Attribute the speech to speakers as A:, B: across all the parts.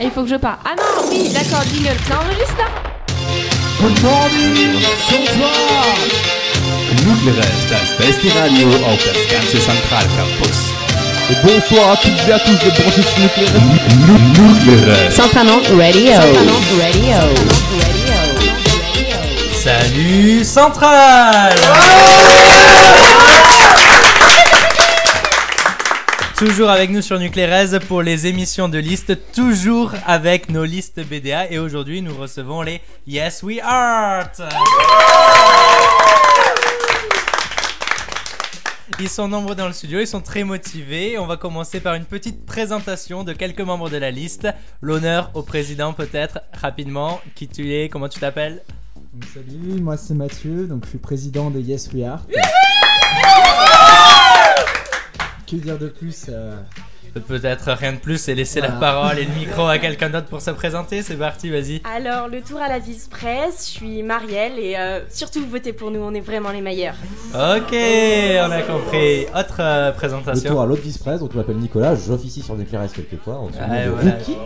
A: Et il faut que je parle. Ah non, oui, d'accord, jingle. Ça enregistre là
B: morning, Sonntag!
C: Nucleaire, das beste Radio auf das ganze Zentralcampus.
B: Et bonsoir à toutes et à tous de brancher sur Nuclear.
C: Nucleaire.
D: Santanon Radio.
A: Santanon
D: Radio.
E: Salut Central Toujours avec nous sur Nuclérez pour les émissions de liste, toujours avec nos listes BDA et aujourd'hui nous recevons les Yes We Art Ils sont nombreux dans le studio, ils sont très motivés. On va commencer par une petite présentation de quelques membres de la liste. L'honneur au président peut-être, rapidement. Qui tu es Comment tu t'appelles
F: Donc, salut, moi c'est Mathieu, donc je suis président de Yes We Art. que dire de plus euh,
E: Peut-être rien de plus et laisser la
F: Voilà.
E: parole et le micro à quelqu'un d'autre pour se présenter. C'est parti, vas-y.
G: Alors, le tour à la vice presse, je suis Marielle et euh, surtout votez pour nous, on est vraiment les meilleurs.
E: Ok, on a compris. Autre euh,
H: Le tour
E: présentation.
H: à l'autre vice-presse, donc je m'appelle Nicolas, j'officie sur Nucleares quelquefois, en dessous
E: Ouais,
H: de
E: Ah, voilà.
H: Rookie.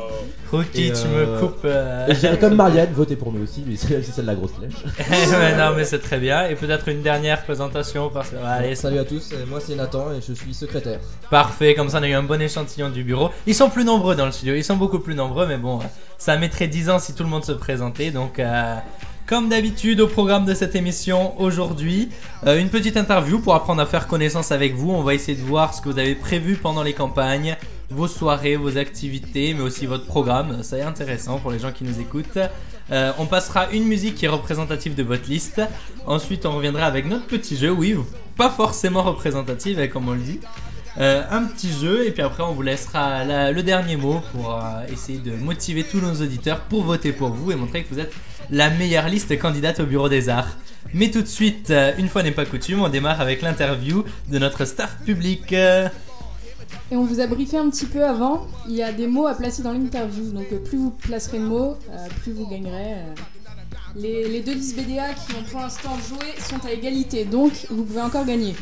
E: Rookie,
H: Et,
E: tu me
H: euh,
E: coupes. euh,
H: Et je dirais comme Marianne, votez pour nous aussi, mais c'est c'est celle de la grosse flèche.
E: ouais, non, mais c'est très bien. Et peut-être une dernière présentation. Parce... que- Allez,
I: Salut à tous, euh, moi c'est Nathan et je suis secrétaire.
E: Parfait, comme ça on a eu un bon échantillon du bureau. Ils sont plus nombreux dans le studio, ils sont beaucoup plus nombreux, mais bon, euh, ça mettrait 10 ans si tout le monde se présentait. Donc, euh, comme d'habitude, au programme de cette émission aujourd'hui, euh, une petite interview pour apprendre à faire connaissance avec vous. On va essayer de voir ce que vous avez prévu pendant les campagnes, vos soirées, vos activités, mais aussi votre programme. Ça est intéressant pour les gens qui nous écoutent. Euh, on passera une musique qui est représentative de votre liste. Ensuite, on reviendra avec notre petit jeu, oui, pas forcément représentative, hein, comme on le dit. Euh, un petit jeu et puis après on vous laissera la- le dernier mot pour euh, essayer de motiver tous nos auditeurs pour voter pour vous et montrer que vous êtes la meilleure liste candidate au Bureau des Arts. Mais tout de suite, euh, une fois n'est pas coutume, on démarre avec l'interview de notre staff public. Euh,
J: Et on vous a briefé un petit peu avant, il y a des mots à placer dans l'interview. Donc euh, plus vous placerez de mots, euh, plus vous gagnerez. euh. Les, les deux listes BDA qui ont pour l'instant joué sont à égalité, donc vous pouvez encore gagner.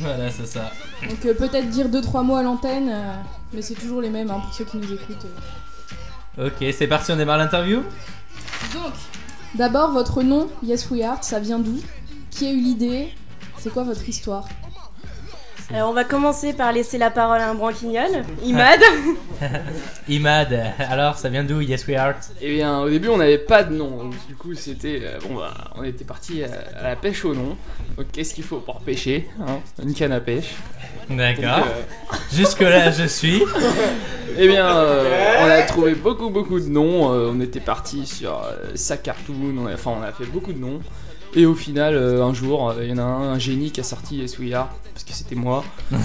E: Voilà, c'est ça.
J: Donc euh, peut-être dire deux trois mots à l'antenne, euh, mais c'est toujours les mêmes hein, pour ceux qui nous écoutent. euh.
E: Ok, c'est parti, on démarre l'interview
J: Donc d'abord votre nom, Yes We Art, ça vient d'où Qui a eu l'idée C'est quoi votre histoire
G: Alors, on va commencer par laisser la parole à un branquignol, Imad.
E: Imad, euh, alors ça vient d'où Yes We Art
K: Eh bien, au début, on n'avait pas de nom. Donc, du coup, c'était. euh, bon, bah, on était parti à, à la pêche au nom. Donc, qu'est-ce qu'il faut pour pêcher hein Une canne à pêche. Donc,
E: D'accord.
K: euh,
E: Jusque-là, je suis.
K: eh bien, euh, on a trouvé beaucoup, beaucoup de noms. Euh, on était parti sur euh, sa cartoon. on a- Enfin, on a fait beaucoup de noms. Et au final, euh, un jour, euh, il y en a un, un génie qui a sorti Yes We Are, parce que c'était moi. et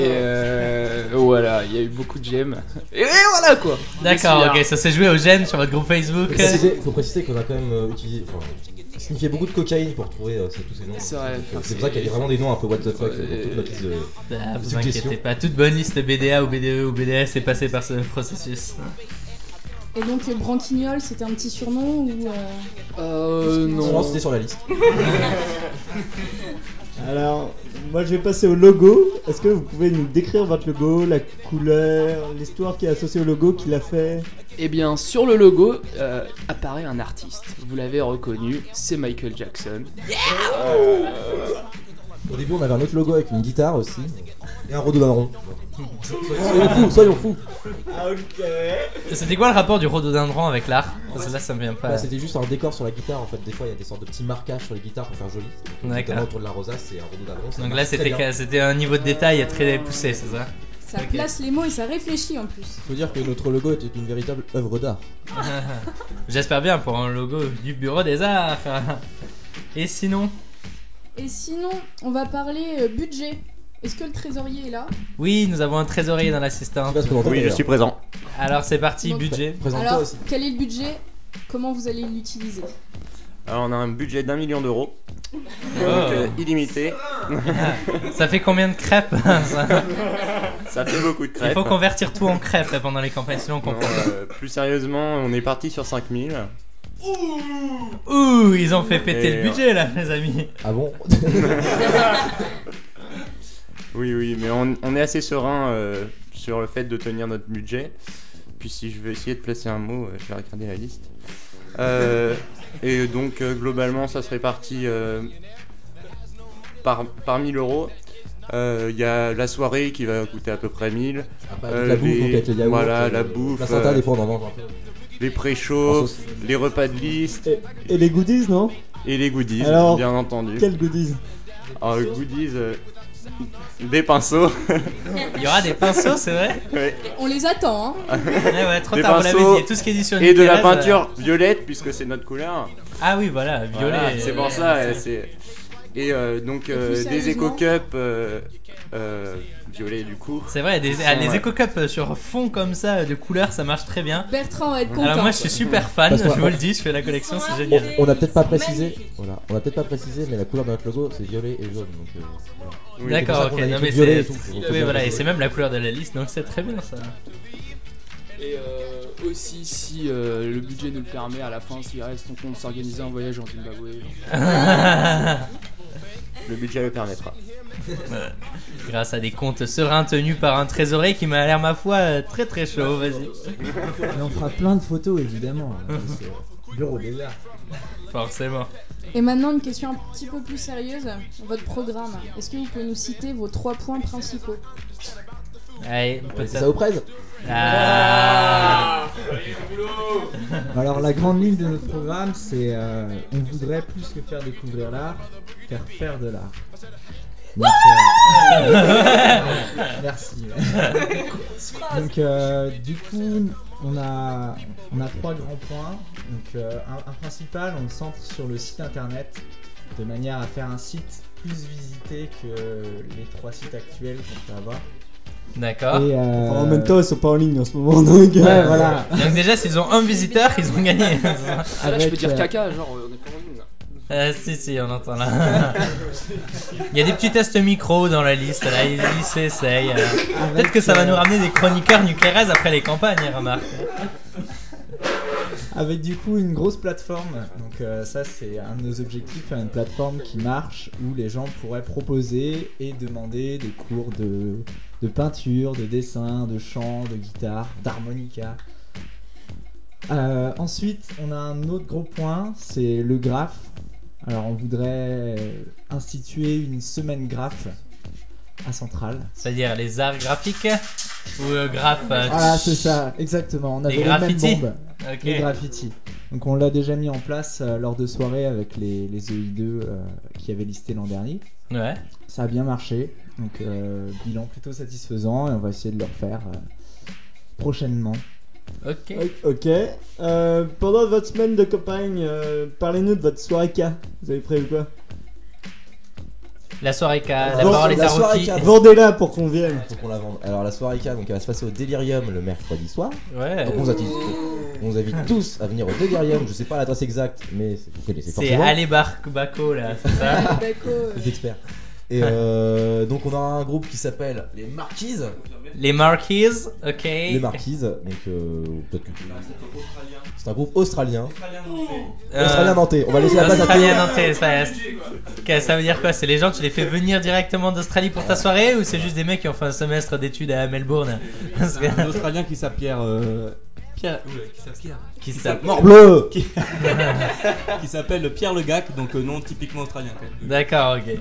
K: euh, voilà, il y a eu beaucoup de j'aime. Et voilà quoi
E: D'accord,
K: Yes, we
E: ok,
K: are.
E: ça s'est joué au gène sur votre groupe Facebook.
H: Faut préciser- Faut préciser qu'on a quand même euh, utilisé, enfin, signifié beaucoup de cocaïne pour trouver euh, ces- tous ces noms.
K: C'est vrai.
H: Donc, C'est pour ça qu'il y a vraiment des noms un peu what the fuck euh, pour toute notre liste de-
E: Ah, vous
H: Suggestion.
E: inquiétez pas, toute bonne liste BDA ou BDE ou BDS est passée par ce processus.
J: Et donc euh, Branquignol, c'était un petit surnom ou euh,
K: Euh,
H: Non, non,
K: non.
H: c'était sur la liste.
F: Alors, moi je vais passer au logo. Est-ce que vous pouvez nous décrire votre logo, la couleur, l'histoire qui est associée au logo, qui l'a fait
K: Eh bien, sur le logo euh, apparaît un artiste. Vous l'avez reconnu, c'est Michael Jackson.
H: Au début, on avait un autre logo avec une guitare aussi. Et un rhododendron. soyons fous, soyons fous.
F: Ah ok.
E: C'était quoi le rapport du rhododendron avec l'art Parce que là, ça me vient pas.
H: Là, Bah, c'était juste un décor sur la guitare en fait. Des fois, il y a des sortes de petits marquages sur les guitares pour faire joli. Donc,
E: D'accord.
H: Notamment autour de la rosace, c'est un rhododendron. ça
E: Donc là,
H: marche très
E: c'était
H: bien.
E: que- c'était un niveau de détail très poussé, c'est ça
J: ça
E: Ok.
J: place les mots et ça réfléchit en plus
H: Faut dire que notre logo était une véritable œuvre d'art.
E: J'espère bien pour un logo du Bureau des Arts. Et sinon
J: Et sinon, on va parler euh, budget. Est-ce que le trésorier est là
E: Oui, nous avons un trésorier dans l'assistant.
H: Oui, je suis
C: présent.
E: Alors c'est parti,
J: Donc-
E: budget.
H: Bah, Présente-toi
J: Alors,
H: aussi.
J: quel est le budget Comment vous allez l'utiliser
C: Alors, on a un budget d'un million d'euros,
E: Oh.
C: donc euh, illimité.
E: Ça fait combien de crêpes ça
C: Ça fait beaucoup de
E: Il
C: crêpes.
E: faut convertir tout en crêpes pendant les campagnes, sinon on
C: Non,
E: comprend.
C: euh, plus sérieusement, on est parti sur 5000.
E: Ouh, ils ont fait péter
C: Et-
E: le budget là, mes amis.
H: Ah bon
C: Oui, oui, mais on, on est assez serein euh, sur le fait de tenir notre budget.
D: puis si je veux essayer de placer un mot, euh, je vais regarder la liste. Euh, et donc euh, globalement, ça se répartit euh, par, par 1000 euros. Euh, Il y a la soirée qui va coûter à peu près 1000.
H: bah, avec la bouffe, donc, avec les yaourts,
D: Voilà,
H: euh,
D: la
H: le
D: bouffe.
H: placenta, des fois, on en mange un peu.
D: Les pré-chauds, les repas de liste.
F: Oh, Et les goodies, non
D: Et les goodies,
F: Alors,
D: bien entendu.
F: quels goodies
D: Alors, goodies, euh, des pinceaux.
E: Il y aura des pinceaux, c'est vrai
D: Ouais.
J: On les attend, hein.
E: Eh Ouais, ouais, trop
D: Des
E: tard, vous l'avez
D: pinceaux
E: dit. Tout ce qui est dit sur
D: Et de la
E: Nicolas, euh,
D: peinture violette, puisque c'est notre couleur.
E: Ah oui, voilà, violet.
D: Voilà, c'est pour
E: Ouais,
D: ça.
E: c'est-
D: euh, c'est- Et euh, donc, euh,
E: plus
D: des
E: sérieusement
D: éco-cups euh, euh, violets, du coup.
E: C'est vrai, des,
D: Qui
E: ah,
D: sont,
E: les
D: euh,
E: éco cups sur fond comme ça, euh, de couleur, ça marche très bien.
J: Bertrand va être content.
E: Alors moi, je suis super fan,
H: Parce que-
E: je vous le dis, je fais la collection, c'est
H: On,
E: génial.
H: on a peut-être pas précisé, voilà, on a peut-être pas précisé, mais la couleur de notre logo c'est violet et jaune. donc, euh, voilà. C'est pour ça
E: D'accord,
H: qu'on
E: ok,
H: a des
E: non
H: trucs
E: mais
H: violets et
E: c'est.
H: tout. Donc,
E: Oui,
H: euh,
E: voilà, et c'est même la couleur de la liste, donc c'est très bien ça.
K: Et euh, aussi, si euh, le budget nous le permet, à la fin, s'il reste, on compte s'organiser un voyage en Zimbabwe.
D: Le budget le permettra.
E: Grâce à des comptes sereins tenus par un trésorier qui m'a l'air, ma foi, euh, très très chaud, vas-y.
L: Et on fera plein de photos évidemment. hein, parce que Bureau des arts.
E: Forcément.
J: Et maintenant, une question un petit peu plus sérieuse. Votre programme, est-ce que vous pouvez nous citer vos trois points principaux
E: Allez, peut-être.
H: ça aux fraises
E: Ah.
L: Alors la grande ligne de notre programme, c'est euh, on voudrait plus que faire découvrir l'art, faire faire de l'art. Donc, euh, Merci. Donc euh, du coup, on a on a trois grands points. Donc euh, un, un principal, on le centre sur le site internet de manière à faire un site plus visité que les trois sites actuels qu'on peut avoir.
E: D'accord.
L: Et, euh,
F: Enfin, Ah. En même temps, ils sont pas en ligne en ce moment, donc. euh,
L: Ouais, voilà.
E: Donc déjà, s'ils ont un visiteur, ils ont gagné.
K: Ah, là, je peux dire caca, genre, euh, on est pas en ligne, là.
E: Euh, si, si, on entend là. Il y a des petits tests micro dans la liste, là, ils, ils s'essayent. euh. Peut-être que ça va nous ramener des chroniqueurs nucléaires après les campagnes, hein, remarque.
L: Avec du coup une grosse plateforme, donc euh, ça c'est un de nos objectifs, faire une plateforme qui marche où les gens pourraient proposer et demander des cours de, de peinture, de dessin, de chant, de guitare, d'harmonica. Euh, ensuite, on a un autre gros point, c'est le graphe. Alors on voudrait euh, instituer une semaine graphe à Centrale.
E: C'est-à-dire les arts graphiques ou euh, graphes. euh,
L: Voilà, c'est ça, exactement. On
E: Les
L: avait les mêmes
E: graffitis.
L: bombes.
E: Ok.
M: Eh.
L: Les graffitis. Donc on l'a déjà mis en place euh, lors de soirées avec les, les EI2 euh, qui avaient listé l'an dernier.
E: Ouais.
L: Ça a bien marché. Donc euh, bilan plutôt satisfaisant et on va essayer de le refaire euh, prochainement.
E: Ok.
F: Ok. Euh, pendant votre semaine de campagne, euh, parlez-nous de votre soirée K. Vous avez prévu quoi
E: La soirée K, la
F: Vend-
E: parole est à Rocky.
F: Vendez-la pour qu'on vienne.
H: Faut qu'on la vende. Alors la soirée K, donc elle va se passer au Delirium le mercredi soir.
E: Ouais.
H: Donc on vous invite,
E: Euh.
H: on vous invite tous à venir au Delirium. Je sais pas l'adresse exacte, mais c'est- vous connaissez
E: C'est
H: forcément.
E: Allez Barc Baco, là, c'est ça
H: Les experts. Et euh, donc on a un groupe qui s'appelle les Marquises.
E: Les Marquises, ok.
H: Les Marquises, donc euh, peut-être que c'est un groupe australien.
E: Euh,
H: Australien nantais. On va laisser la place à
E: Australien
H: Théo.
E: nantais, ça, Ok, ça veut dire quoi C'est les gens, tu les fais venir directement d'Australie pour ta soirée ou c'est juste des mecs qui ont fait un semestre d'études à Melbourne Parce que-
M: Un Australien qui s'appelle Pierre. euh, Pierre. oula, qui s'appelle Pierre.
E: Qui
M: s'appelle-
E: s'appelle- Morbleu.
M: Qui, qui s'appelle Pierre Le Gac, donc euh, nom typiquement australien. quand même.
E: D'accord, ok.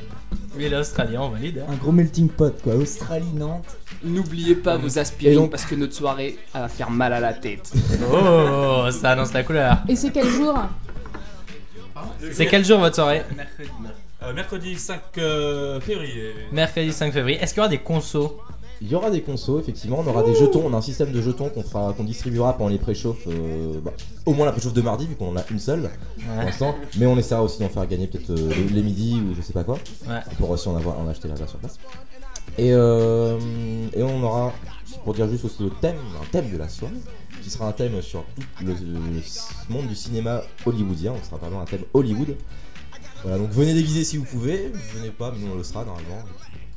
E: Oui, l'Australien, on valide.
L: Un gros melting pot quoi, Australie, Nantes.
K: N'oubliez
E: Mm.
K: pas vos aspirines parce que notre soirée elle va faire mal à la tête.
E: Oh, ça annonce la couleur.
J: Et c'est quel jour
E: C'est quel jour votre soirée
M: Mercredi. Euh, mercredi 5 euh, février.
E: Mercredi 5 février. Est-ce qu'il y aura des consos
H: Il y aura des consos, effectivement. On aura des jetons. On a un système de jetons qu'on fera, qu'on distribuera pendant les préchauffes. euh, bah, au moins la préchauffe de mardi, vu qu'on en a une seule pour l'instant. Mais on essaiera aussi d'en faire gagner peut-être euh, les midis ou je sais pas quoi.
E: Ouais.
H: On pourra aussi en, avoir, en acheter là-bas sur place. Et, euh, et on aura, pour dire juste aussi le thème, un thème de la soirée, qui sera un thème sur tout le, le monde du cinéma hollywoodien. On sera vraiment un thème Hollywood. Voilà, donc venez déguiser si vous pouvez. Venez pas, mais nous on le sera normalement.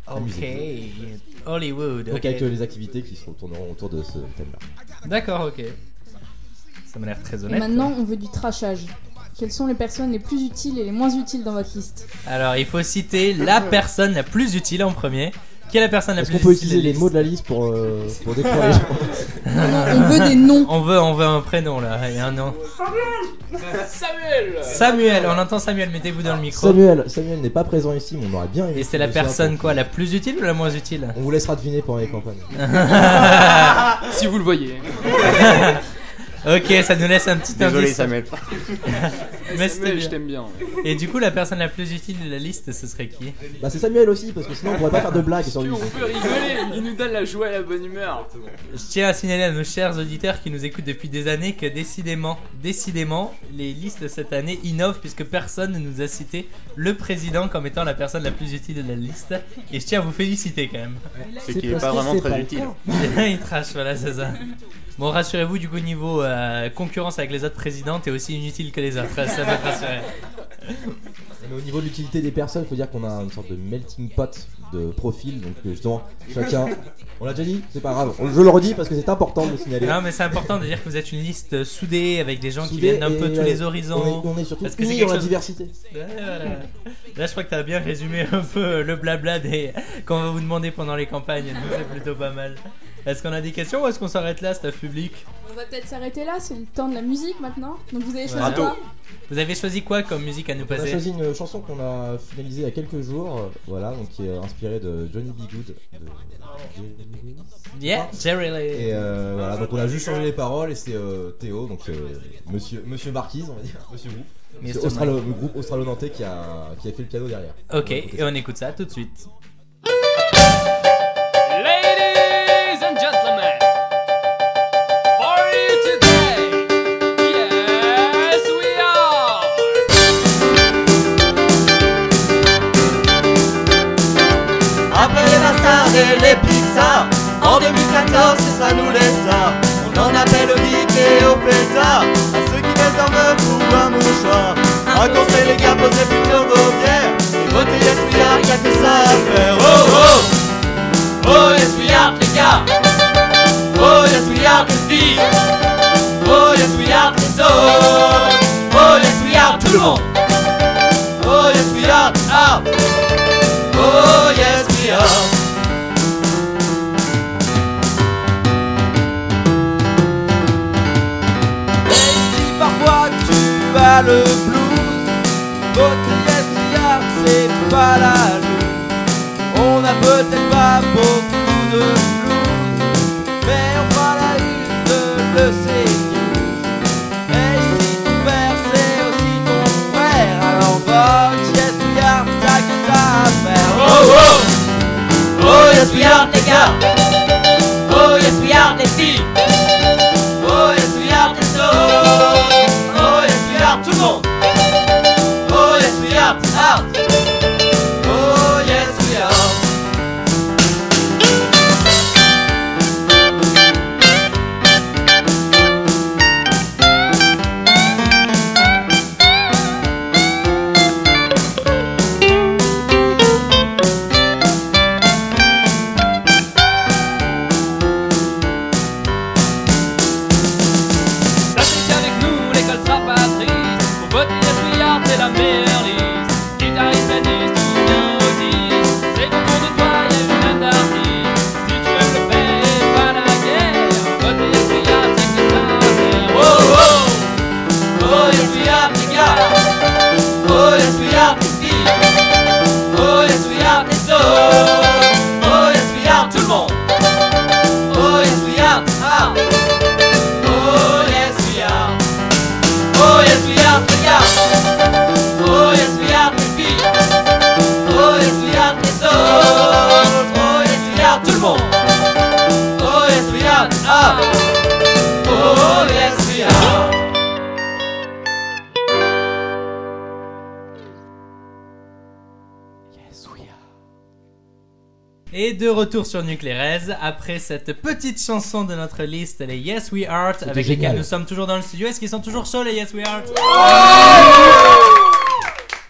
H: Amusez-vous.
E: Hollywood.
H: Donc
E: ok.
H: Ah, avec euh, les activités qui se retourneront autour de ce thème-là.
E: D'accord, ok. Ça m'a l'air très
J: Et
E: honnête.
J: maintenant, on veut du trashage. Quelles sont les personnes les plus utiles et les moins utiles dans votre liste
E: Alors, il faut citer la personne la plus utile en premier. Qui est la personne la
H: Est-ce
E: plus
H: qu'on peut
E: utile
H: utiliser les
E: de la
H: mots de la liste pour, euh, pour décrire les gens
E: On veut, on veut un prénom là, et un nom.
K: Samuel
E: Samuel, on entend Samuel, mettez-vous dans le micro.
H: Samuel, Samuel n'est pas présent ici, mais on aurait bien aimé.
E: Et c'est la
H: qu'il le soit
E: personne quoi, la plus utile ou la moins utile
H: On vous laissera deviner pendant les campagnes.
K: si vous le voyez.
E: ok, ça nous laisse un petit
D: Désolé,
E: indice.
D: Samuel.
E: Mais
K: Samuel,
E: c'était bien.
K: je t'aime bien.
E: Et du coup, la personne la plus utile de la liste, ce serait qui
H: Bah c'est Samuel aussi parce que sinon on pourrait pas faire de blagues sur lui.
K: On peut rigoler, il nous donne la joie et la bonne humeur.
E: Je tiens à signaler à nos chers auditeurs qui nous écoutent depuis des années que décidément, décidément, les listes cette année innovent puisque personne ne nous a cité le président comme étant la personne la plus utile de la liste. Et je tiens à vous féliciter quand même.
D: C'est C'est qu'il est parce pas que vraiment c'est très pas le utile. cas.
E: Il trash, voilà, c'est ça. Bon, rassurez-vous, du coup, niveau euh, concurrence avec les autres présidents, t'es aussi inutile que les autres. Ça va te rassurer.
H: Mais au niveau de l'utilité des personnes, faut dire qu'on a une sorte de melting pot de profil, donc euh, justement chacun. On l'a déjà dit, c'est pas grave. Je le redis parce que c'est important de le signaler.
E: Non, mais c'est important de dire que vous êtes une liste soudée avec des gens qui
H: Soudée
E: viennent d'un
H: et,
E: peu tous
H: euh,
E: les horizons.
H: on est- on est surtout
E: Parce que c'est
H: unis
E: quelque
H: dans la
E: chose-
H: diversité.
E: Ouais, voilà. Là, je crois que t'as bien résumé un peu le blabla des... qu'on va vous demander pendant les campagnes. Donc, C'est plutôt pas mal. Est-ce qu'on a des questions ou est-ce qu'on s'arrête là, staff public
J: On va peut-être s'arrêter là, c'est le temps de la musique maintenant. Donc vous avez choisi
E: Voilà.
J: quoi
E: Vous avez choisi quoi comme musique à nous
H: On a
E: passer
H: choisi une chanson qu'on a finalisée il y a quelques jours, euh, voilà, donc qui est inspirée de Johnny B. Good. de-
E: Yeah, Jerry Lee.
H: Et euh, voilà, donc on a juste changé les paroles et c'est euh, Théo, donc euh, Monsieur Monsieur Marquise, on va dire, Monsieur vous,
E: Mais
H: c'est
E: c'est
H: Australo-
E: vrai.
H: le groupe australo-nantais qui a qui a fait le piano derrière.
E: Ok, et on écoute ça tout de suite.
N: Ladies and gentlemen, for you today, yes we are.
O: Après les bastards et les pizzas, en 2014 ça nous laisse là. On en appelle au geek et au pétard, à ceux qui baissent leur meuf ou un mouchoir. Racontez les gars, posez plutôt vos bières, et votez yes we are, y a que ça à faire. Oh oh,
N: Oh yes we are les gars. Oh yes we are les filles. Oh yes we are les hommes. Oh yes we are tout le monde.
O: oh yes we are, ah. oh yes we are. si parfois tu as le blues, oh, votre milliard c'est pas la lune. On a peut-être pas beaucoup de blues, mais on fera la une de le CNews. Et si ton père c'est aussi ton frère, alors vote yes we are, t'as que ça à faire.
N: Oh, oh.
O: oh yes we are les gars,
N: Oh yes we are les filles.
O: oh yes we are les hommes, oh yes we are tout le monde. Oh yes we are out. Oh yes we are.
N: Sachez qu'avec nous, l'école sera pas triste. Pour voter yes we are, c'est la meilleure liste. Guitariste, pianiste ou bien autiste. C'est concours de toi et une d'artiste. Si tu aimes le paix et pas la guerre, voter yes we are, c'est que ça sert.
O: Oh oh, oh yes we are les gars, oh yes we are les filles, oh yes we are les hommes, oh yes we are tout le monde, oh yes we are, ah. oh yes we are, oh yes we are les gars, oh yes we are les filles, oh yes we are les hommes, oh yes we are tout le monde, oh yes we are, ah. oh yes we are.
E: Et de retour sur Nuclérez, après cette petite chanson de notre liste, les Yes We Art,
L: C'était
E: avec lesquels
L: génial.
E: nous sommes toujours dans le studio. Est-ce qu'ils sont toujours chauds, les Yes We Art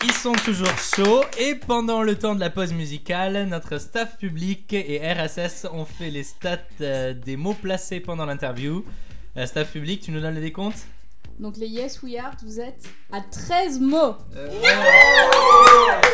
E: Ils sont toujours chauds. Et pendant le temps de la pause musicale, notre staff public et RSS ont fait les stats euh, des mots placés pendant l'interview. Euh, staff public, tu nous donnes le décompte
F: Euh.
J: Donc les Yes We Art, vous êtes à 13 mots.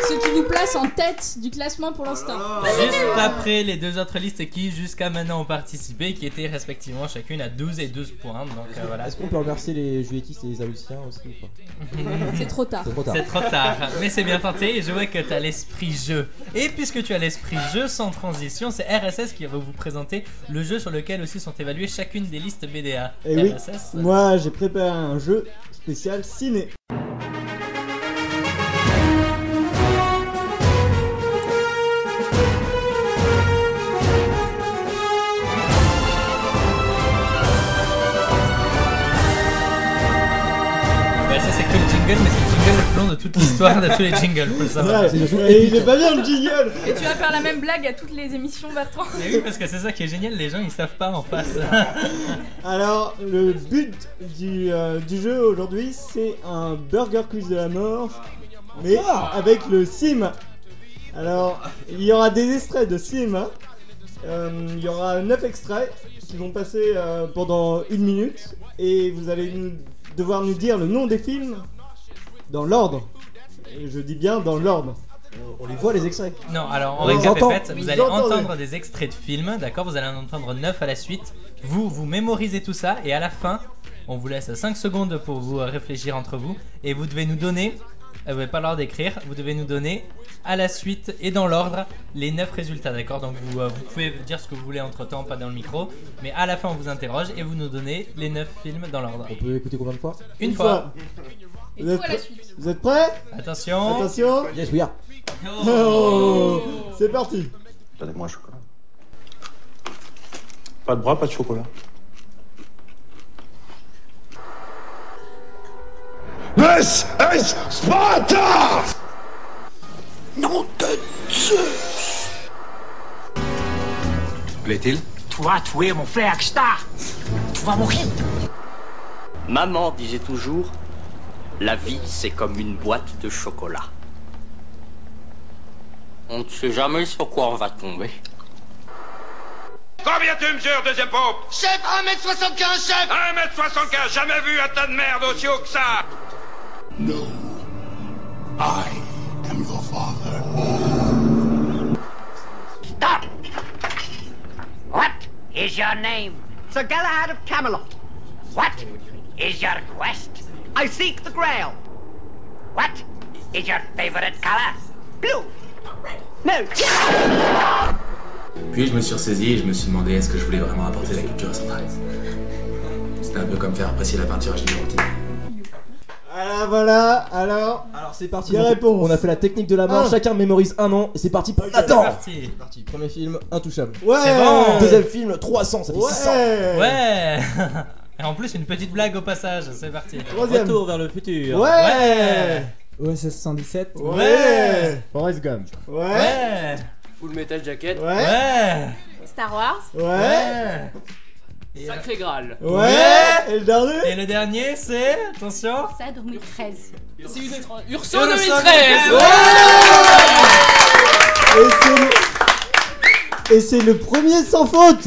J: ce qui nous place en tête du classement pour l'instant.
F: Oh
E: Juste après les deux autres listes qui jusqu'à maintenant ont participé, qui étaient respectivement chacune à 12 et 12 points. Donc euh, voilà.
H: Est-ce qu'on peut remercier les juétistes et les Aoussiens aussi ou pas
J: C'est trop tard.
H: C'est trop tard.
E: C'est trop tard, mais c'est bien tenté et je vois que tu as l'esprit jeu. Et puisque tu as l'esprit jeu, sans transition, c'est RSS qui va vous présenter le jeu sur lequel aussi sont évaluées chacune des listes BDA.
F: Et Eh oui,
E: RSS.
F: moi j'ai préparé un jeu spécial ciné.
E: Bah, ça c'est que le jingle, mais c'est le jingle le plus long de toute l'histoire de tous les jingles, faut le savoir.
H: Ah,
F: Ouais, et il est pas bien le jingle
J: Et tu vas faire la même blague à toutes les émissions, Bertrand.
E: Mais Eh oui, parce que c'est ça qui est génial, les gens ils savent pas en face.
F: Alors, le but du, euh, du jeu aujourd'hui, c'est un burger quiz de la mort, mais avec le sim. Alors, il y aura des extraits de sim. Euh, il y aura 9 extraits qui vont passer euh, pendant une minute, et vous allez nous- devoir nous dire le nom des films dans l'ordre. Et Je dis bien dans l'ordre. On les voit les extraits.
E: Non, alors
F: On
E: en
F: les
E: récap
F: entend.
E: répète, vous
F: Vous
E: allez
F: entendez.
E: entendre des extraits de films, d'accord Vous allez en entendre 9 à la suite. Vous, vous mémorisez tout ça et à la fin, on vous laisse 5 secondes pour vous euh, réfléchir entre vous et vous devez nous donner, euh, vous n'avez pas l'ordre d'écrire, vous devez nous donner à la suite et dans l'ordre les 9 résultats, d'accord Donc vous, euh, vous pouvez dire ce que vous voulez entre temps, pas dans le micro, mais à la fin on vous interroge et vous nous donnez les 9 films dans l'ordre.
H: On peut écouter combien de fois
E: Une, fois.
F: Vous êtes, pr- vous êtes prêts
E: Attention.
F: Attention
H: Yes, we are.
F: Oh. C'est parti
P: Donnez-moi un chocolat. Pas de bras, pas de chocolat.
O: This is Sparta! Non de
P: Plaît-il
O: Toi, tu es mon frère Star! Tu vas mourir!
Q: Maman disait toujours, la vie c'est comme une boîte de chocolat. On ne sait jamais sur quoi on va tomber.
O: Combien tu mesures, deuxième pompe Chef, 1m75, chef 1m75, jamais vu un tas de merde aussi haut que ça
P: No. I am your father.
O: Stop What is your name Sir Galahad of Camelot. What is your quest I seek the Grail. What is your favorite color Blue. No.
R: Puis je me suis ressaisi et je me suis demandé est-ce que je voulais vraiment apporter la culture à Sainte-Thérèse. C'était un peu comme faire apprécier la peinture à Girotti.
F: Ah voilà, alors.
H: Alors c'est parti.
F: Les
H: donc,
F: réponses.
H: On a fait la technique de la mort,
F: Un.
H: Ah ben, chacun mémorise un nom et c'est parti. pour Attends
L: parti. Premier film, intouchable.
F: Ouais. C'est bon.
H: Deuxième film, 300, ça fait 600.
E: Ouais Et en plus, une petite blague au passage, c'est parti.
L: Troisième.
E: Retour vers le futur.
L: OSS 117.
E: Ouais.
L: Forrest Gump.
E: Ouais.
N: Full Metal Jacket.
G: Star Wars
N: Ouais. Sacré Graal.
F: Et le dernier
E: Et le dernier, c'est. Attention
G: Ça, 2013.
N: C'est une Urso
E: Urso 2013.
N: 2013.
F: Et c'est le... Et c'est le premier sans faute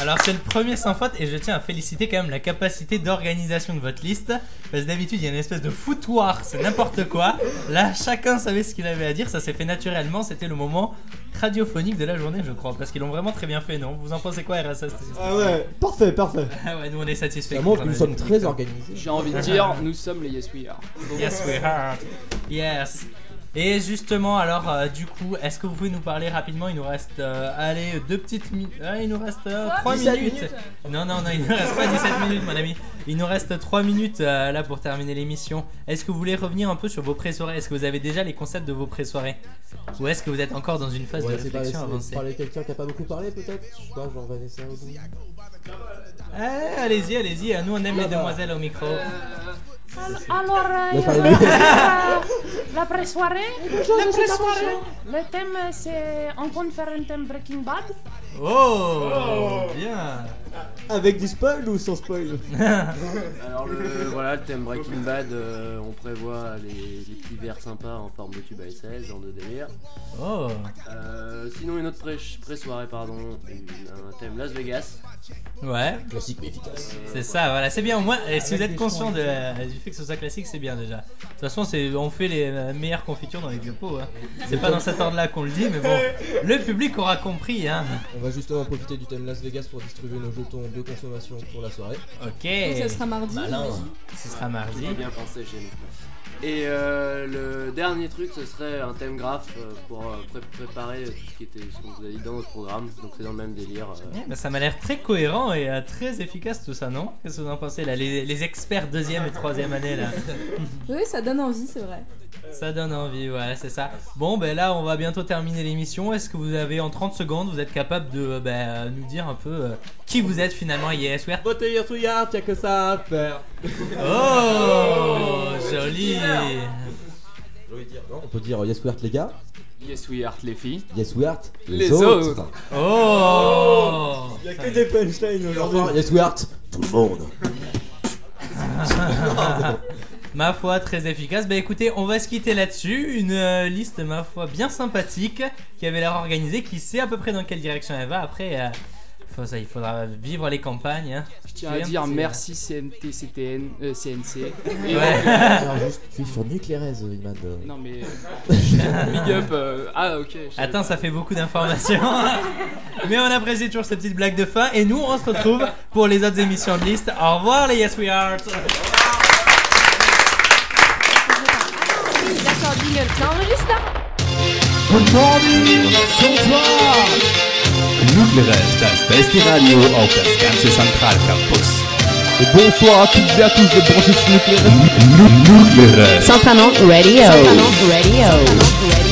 E: Alors, c'est le premier sans faute et je tiens à féliciter quand même la capacité d'organisation de votre liste. Parce que d'habitude, il y a une espèce de foutoir, c'est n'importe quoi. Là, chacun savait ce qu'il avait à dire, ça s'est fait naturellement. C'était le moment radiophonique de la journée, je crois. Parce qu'ils l'ont vraiment très bien fait, non Vous en pensez quoi, RSS
H: Euh,
F: Ah ouais, parfait, parfait.
E: Ah ouais, nous on est satisfaits.
H: Ça montre que nous sommes très organisés.
K: J'ai envie de dire, nous sommes les Yes We Are.
E: Yes, we are. Yes. Et justement, alors, euh, du coup, est-ce que vous pouvez nous parler rapidement Il nous reste, euh, allez, deux petites minutes. il nous reste
M: Quoi
E: 3
M: 17
E: minutes.
M: minutes.
E: Non, non, non, il ne reste pas 17 minutes, mon ami. Il nous reste 3 minutes euh, là pour terminer l'émission. Est-ce que vous voulez revenir un peu sur vos pré-soirées Est-ce que vous avez déjà les concepts de vos pré-soirées Ou est-ce que vous êtes encore dans une phase
H: Ouais,
E: de
H: c'est pas-
E: réflexion
H: c'est-
E: avancée
H: Parler à quelqu'un qui a pas beaucoup parlé peut-être Je sais pas, genre Vanessa ou tout.
E: Eh, Allez-y, allez-y. Nous, on aime les demoiselles au micro.
S: Alors, euh,
E: Le
S: il y
E: fameux.
S: aura la pré-soirée.
E: Bonjour,
S: La
E: monsieur
S: pré-soirée. Le thème, euh, c'est. On compte faire un thème Breaking Bad.
E: Oh Bien
F: avec du spoil ou sans spoil
D: Alors le, voilà, le thème Breaking Bad, euh, on prévoit les, les petits verres sympas en forme de tube à essai, ce genre de délire.
E: Oh.
D: Euh, sinon une autre pré- pré-soirée, pardon, une- un thème Las Vegas.
E: Ouais.
H: Classique mais efficace.
E: C'est ça, voilà, c'est bien. Moi, et si
D: Avec
E: vous êtes
D: des
E: conscient
D: champs
E: de, euh, du fait que ce soit classique, c'est bien déjà. De toute façon, c'est, on fait les euh, meilleures confitures dans les vieux pots. hein. C'est pas dans cet ordre-là qu'on le dit, mais bon, le public aura compris. Hein.
I: On va justement profiter du thème Las Vegas pour distribuer nos jetons de consommation pour la soirée.
E: Ok.
J: Et ça sera mardi. Malin.
E: Ce sera mardi.
D: Bien pensé chez nous. Et euh, le dernier truc, ce serait un thème graphe euh, pour euh, pré- préparer tout ce qui était ce qu'on vous a dit dans notre programme. Donc c'est dans le même délire. euh.
E: Ouais, bah, ça m'a l'air très cohérent et euh, très efficace tout ça, non Qu'est-ce que vous en pensez là les, les experts deuxième et troisième année là.
J: Oui, ça donne envie, c'est vrai.
E: Ça donne envie, voilà, c'est ça. Bon, ben là, on va bientôt terminer l'émission. Est-ce que vous avez en 30 secondes, vous êtes capable de euh, ben, euh, nous dire un peu euh, qui vous êtes finalement à ISWare
F: Votez Yersouillard, t'as que ça à faire.
E: Oh, joli
H: On peut dire Yes We Art les gars,
K: Yes, we are les filles.
H: Yes We Art les,
K: Les
H: autres.
K: autres.
E: Oh
F: Il y a que des punchlines
H: Et enfin,
F: aujourd'hui.
H: Yes We Art tout le monde.
E: ma foi, très efficace. Bah écoutez, on va se quitter là-dessus. Une euh, liste, ma foi, bien sympathique, qui avait l'air organisée, qui sait à peu près dans quelle direction elle va. Après, euh, faut- ça, il faudra vivre les campagnes. hein.
K: Je tiens à dire merci CNT, CTN, euh, CNC. Et
H: Alors
K: donc,
H: juste, tu es sur Nuclérez, Iman.
K: euh, non mais. Big up. euh, Ah ok. je savais
E: Attends,
K: pas.
E: ça fait beaucoup d'informations. Mais on apprécie toujours ces petites blagues de fin. Et nous, on se retrouve pour les autres émissions de liste. Au revoir, les Yes We Are.
A: Oui, d'accord, dis-le. Ça enregistre là
B: Good morning, bonsoir.
C: Nudelrest, das beste Radio auf das ganze Zentralcampus.
B: Et bonsoir à toutes et à tous de brancher sur Nuclérez.
C: Nudelrest.
T: Santana Radio.
B: Santana
T: Radio.